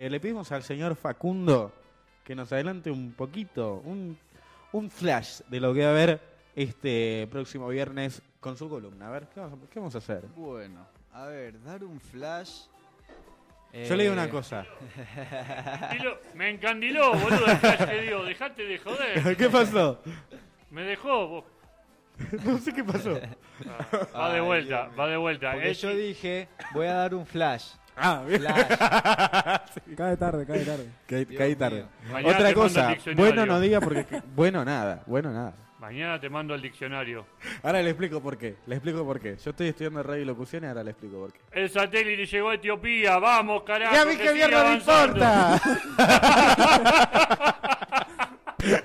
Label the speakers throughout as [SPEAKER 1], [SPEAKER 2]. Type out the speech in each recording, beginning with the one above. [SPEAKER 1] Eh, le pedimos al señor Facundo que nos adelante un poquito, un, un flash de lo que va a haber este próximo viernes con su columna. A ver, ¿qué vamos a, qué vamos a hacer?
[SPEAKER 2] Bueno, a ver, dar un flash.
[SPEAKER 1] Yo le digo una
[SPEAKER 2] Eh,
[SPEAKER 1] cosa.
[SPEAKER 3] Encandiló- Me encandiló, boludo, el flash que dio. Dejate de joder.
[SPEAKER 1] ¿Qué pasó?
[SPEAKER 3] Me dejó. vos.
[SPEAKER 1] No sé qué pasó.
[SPEAKER 3] Va de
[SPEAKER 2] Ay,
[SPEAKER 3] vuelta,
[SPEAKER 2] Dios
[SPEAKER 3] va de vuelta.
[SPEAKER 2] Porque
[SPEAKER 3] Eh,
[SPEAKER 2] yo
[SPEAKER 3] sí.
[SPEAKER 2] dije, voy a dar un flash.
[SPEAKER 1] Ah, bien.
[SPEAKER 2] Flash.
[SPEAKER 4] Cae tarde, cae tarde.
[SPEAKER 1] Caí,
[SPEAKER 2] Dios
[SPEAKER 1] caí
[SPEAKER 2] mío.
[SPEAKER 1] tarde.
[SPEAKER 3] Mañana
[SPEAKER 1] Otra
[SPEAKER 3] te mando
[SPEAKER 1] cosa,
[SPEAKER 3] el diccionario.
[SPEAKER 1] bueno no diga porque... Bueno nada, bueno nada.
[SPEAKER 3] Mañana te mando al diccionario.
[SPEAKER 1] Ahora le explico por qué, le explico por qué. Yo estoy estudiando radio y locución y ahora le explico por qué.
[SPEAKER 3] El satélite llegó a Etiopía, vamos, carajo.
[SPEAKER 1] ¡Ya vi que
[SPEAKER 3] sigue
[SPEAKER 1] mierda me
[SPEAKER 3] avanzando.
[SPEAKER 1] importa!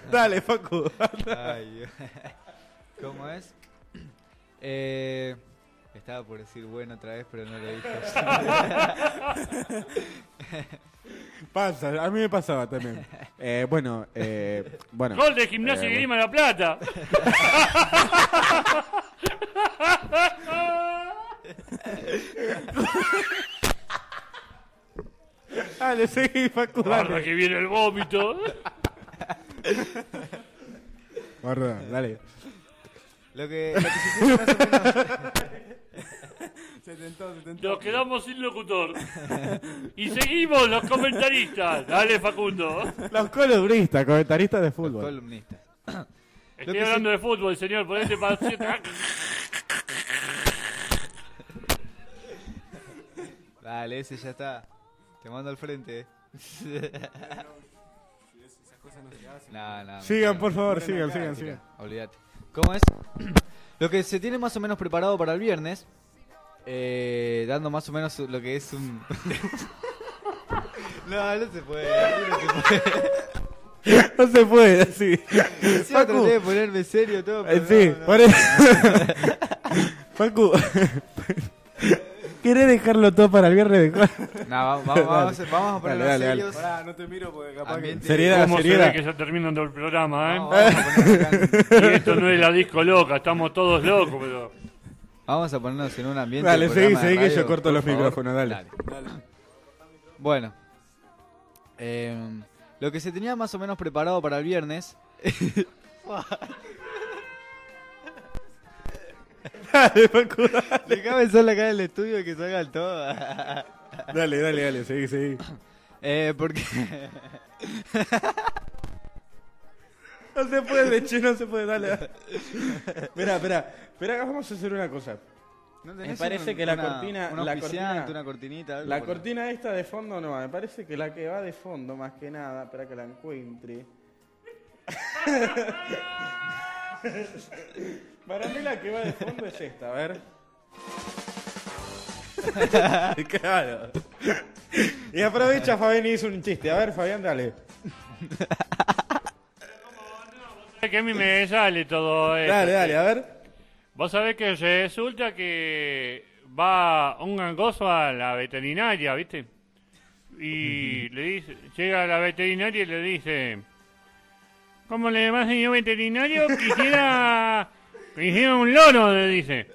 [SPEAKER 1] Dale, Facu.
[SPEAKER 2] Ay, Dios. ¿Cómo es? Eh, estaba por decir bueno otra vez, pero no lo dije.
[SPEAKER 1] Pasa, a mí me pasaba también. Eh, bueno, eh, bueno.
[SPEAKER 3] Gol de gimnasia
[SPEAKER 1] Eh,
[SPEAKER 3] y Grima La Plata.
[SPEAKER 1] Dale, seguí, Facu,
[SPEAKER 3] Guarda
[SPEAKER 1] dale.
[SPEAKER 3] que viene el vómito.
[SPEAKER 1] Guarda, dale.
[SPEAKER 2] Lo que, lo que sucede más o menos-
[SPEAKER 4] Se tentó, se tentó.
[SPEAKER 3] Nos quedamos sin locutor. Y seguimos los comentaristas. Dale, Facundo.
[SPEAKER 1] Los columnistas, comentaristas de fútbol.
[SPEAKER 2] columnista.
[SPEAKER 3] Estoy
[SPEAKER 2] que
[SPEAKER 3] hablando de fútbol, señor. Ponete para
[SPEAKER 2] Dale, ese ya está. Te mando al frente.
[SPEAKER 4] Esas cosas no se hacen.
[SPEAKER 2] No, no,
[SPEAKER 1] Sigan,
[SPEAKER 2] mentira.
[SPEAKER 1] por favor,
[SPEAKER 4] Bueno,
[SPEAKER 1] sigan,
[SPEAKER 4] acá,
[SPEAKER 1] sigan,
[SPEAKER 2] Mira,
[SPEAKER 1] sigan.
[SPEAKER 2] olvídate. ¿Cómo es? Lo que se tiene más o menos preparado para el viernes, eh, dando más o menos lo que es un... no, no se puede. No se puede.
[SPEAKER 1] No se puede, así.
[SPEAKER 2] Encima traté de ponerme serio todo.
[SPEAKER 1] Eh, sí,
[SPEAKER 2] pero no, no.
[SPEAKER 1] por eso. Facu, ¿querés dejarlo todo para el viernes? mejor?
[SPEAKER 2] No, vamos, vamos, vamos a- vamos a
[SPEAKER 1] Dale,
[SPEAKER 2] ponernos
[SPEAKER 1] dale,
[SPEAKER 2] serios.
[SPEAKER 4] Pará, no te miro porque capaz
[SPEAKER 2] Ambiente.
[SPEAKER 1] Seriedad,
[SPEAKER 3] ¿Cómo se ve
[SPEAKER 1] seriedad.
[SPEAKER 3] que ya terminan el programa, eh?
[SPEAKER 2] Vamos, vamos a ponernos acá-
[SPEAKER 3] Y esto no es la disco loca, estamos todos locos, pero.
[SPEAKER 2] vamos a ponernos en un ambiente.
[SPEAKER 1] Dale,
[SPEAKER 2] de
[SPEAKER 1] seguí,
[SPEAKER 2] programa de
[SPEAKER 1] seguí que
[SPEAKER 2] radio,
[SPEAKER 1] yo corto
[SPEAKER 2] por
[SPEAKER 1] los
[SPEAKER 2] favor.
[SPEAKER 1] micrófonos, dale.
[SPEAKER 4] que. Dale.
[SPEAKER 2] Bueno, eh, lo que se tenía más o menos preparado para el viernes.
[SPEAKER 1] Dale, Facu, dale.
[SPEAKER 2] Dejá pensar la cara del estudio y que salga todo.
[SPEAKER 1] Dale, dale, dale, seguí, seguí.
[SPEAKER 2] Eh, porque.
[SPEAKER 1] No se puede, che, no se puede, dale. Espera, espera, espera, vamos a hacer una cosa.
[SPEAKER 2] ¿No
[SPEAKER 1] Me parece que la cortina-
[SPEAKER 2] un
[SPEAKER 1] la
[SPEAKER 2] auspiciante,
[SPEAKER 1] cortina-
[SPEAKER 2] una cortinita. algo
[SPEAKER 1] La
[SPEAKER 2] por-
[SPEAKER 1] cortina esta de fondo no va, me parece que la que va de fondo más que nada, espera que la encuentre. Para mí la que va de fondo es esta, a ver. claro. Y aprovecha Fabián y hizo un chiste. A ver, Fabián, dale.
[SPEAKER 3] Es que a mí me sale todo esto.
[SPEAKER 1] Dale, dale, a ver.
[SPEAKER 3] Vos sabés que resulta que va un gangoso a la veterinaria, ¿viste? Y le dice, llega a la veterinaria y le dice, ¿cómo le demás señor veterinario? Quisiera, quisiera un loro, le dice.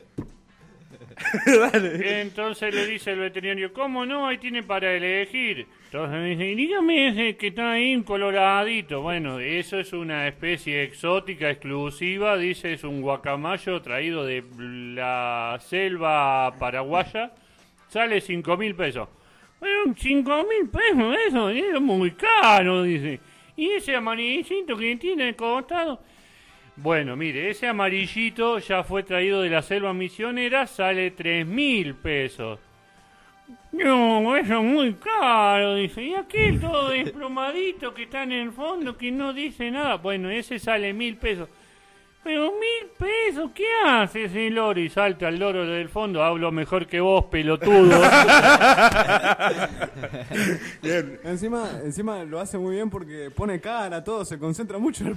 [SPEAKER 3] Entonces le dice el veterinario, ¿cómo no? Ahí tiene para elegir. Entonces dice, dígame ese que está ahí coloradito. Bueno, eso es una especie exótica, exclusiva, dice, es un guacamayo traído de la selva paraguaya. Sale cinco mil pesos. Bueno, cinco mil pesos, eso es muy caro, dice. Y ese amarillito que tiene al costado, bueno, mire, ese amarillito ya fue traído de la selva misionera, sale tres mil pesos. No, eso es muy caro, dice. Y aquel todo desplomadito que está en el fondo, que no dice nada. Bueno, ese sale mil pesos. Pero mil pesos, ¿qué hace ese loro? Y salta el loro del fondo, hablo mejor que vos, pelotudo.
[SPEAKER 1] Bien.
[SPEAKER 4] Encima, encima lo hace muy bien porque pone cara, todo, se concentra mucho en el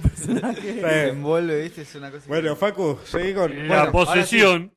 [SPEAKER 4] personaje.
[SPEAKER 2] Se envuelve, Eh, ¿viste? Es una cosa. que-
[SPEAKER 1] Bueno, Facu, seguí con.
[SPEAKER 3] la
[SPEAKER 1] bueno,
[SPEAKER 3] posesión.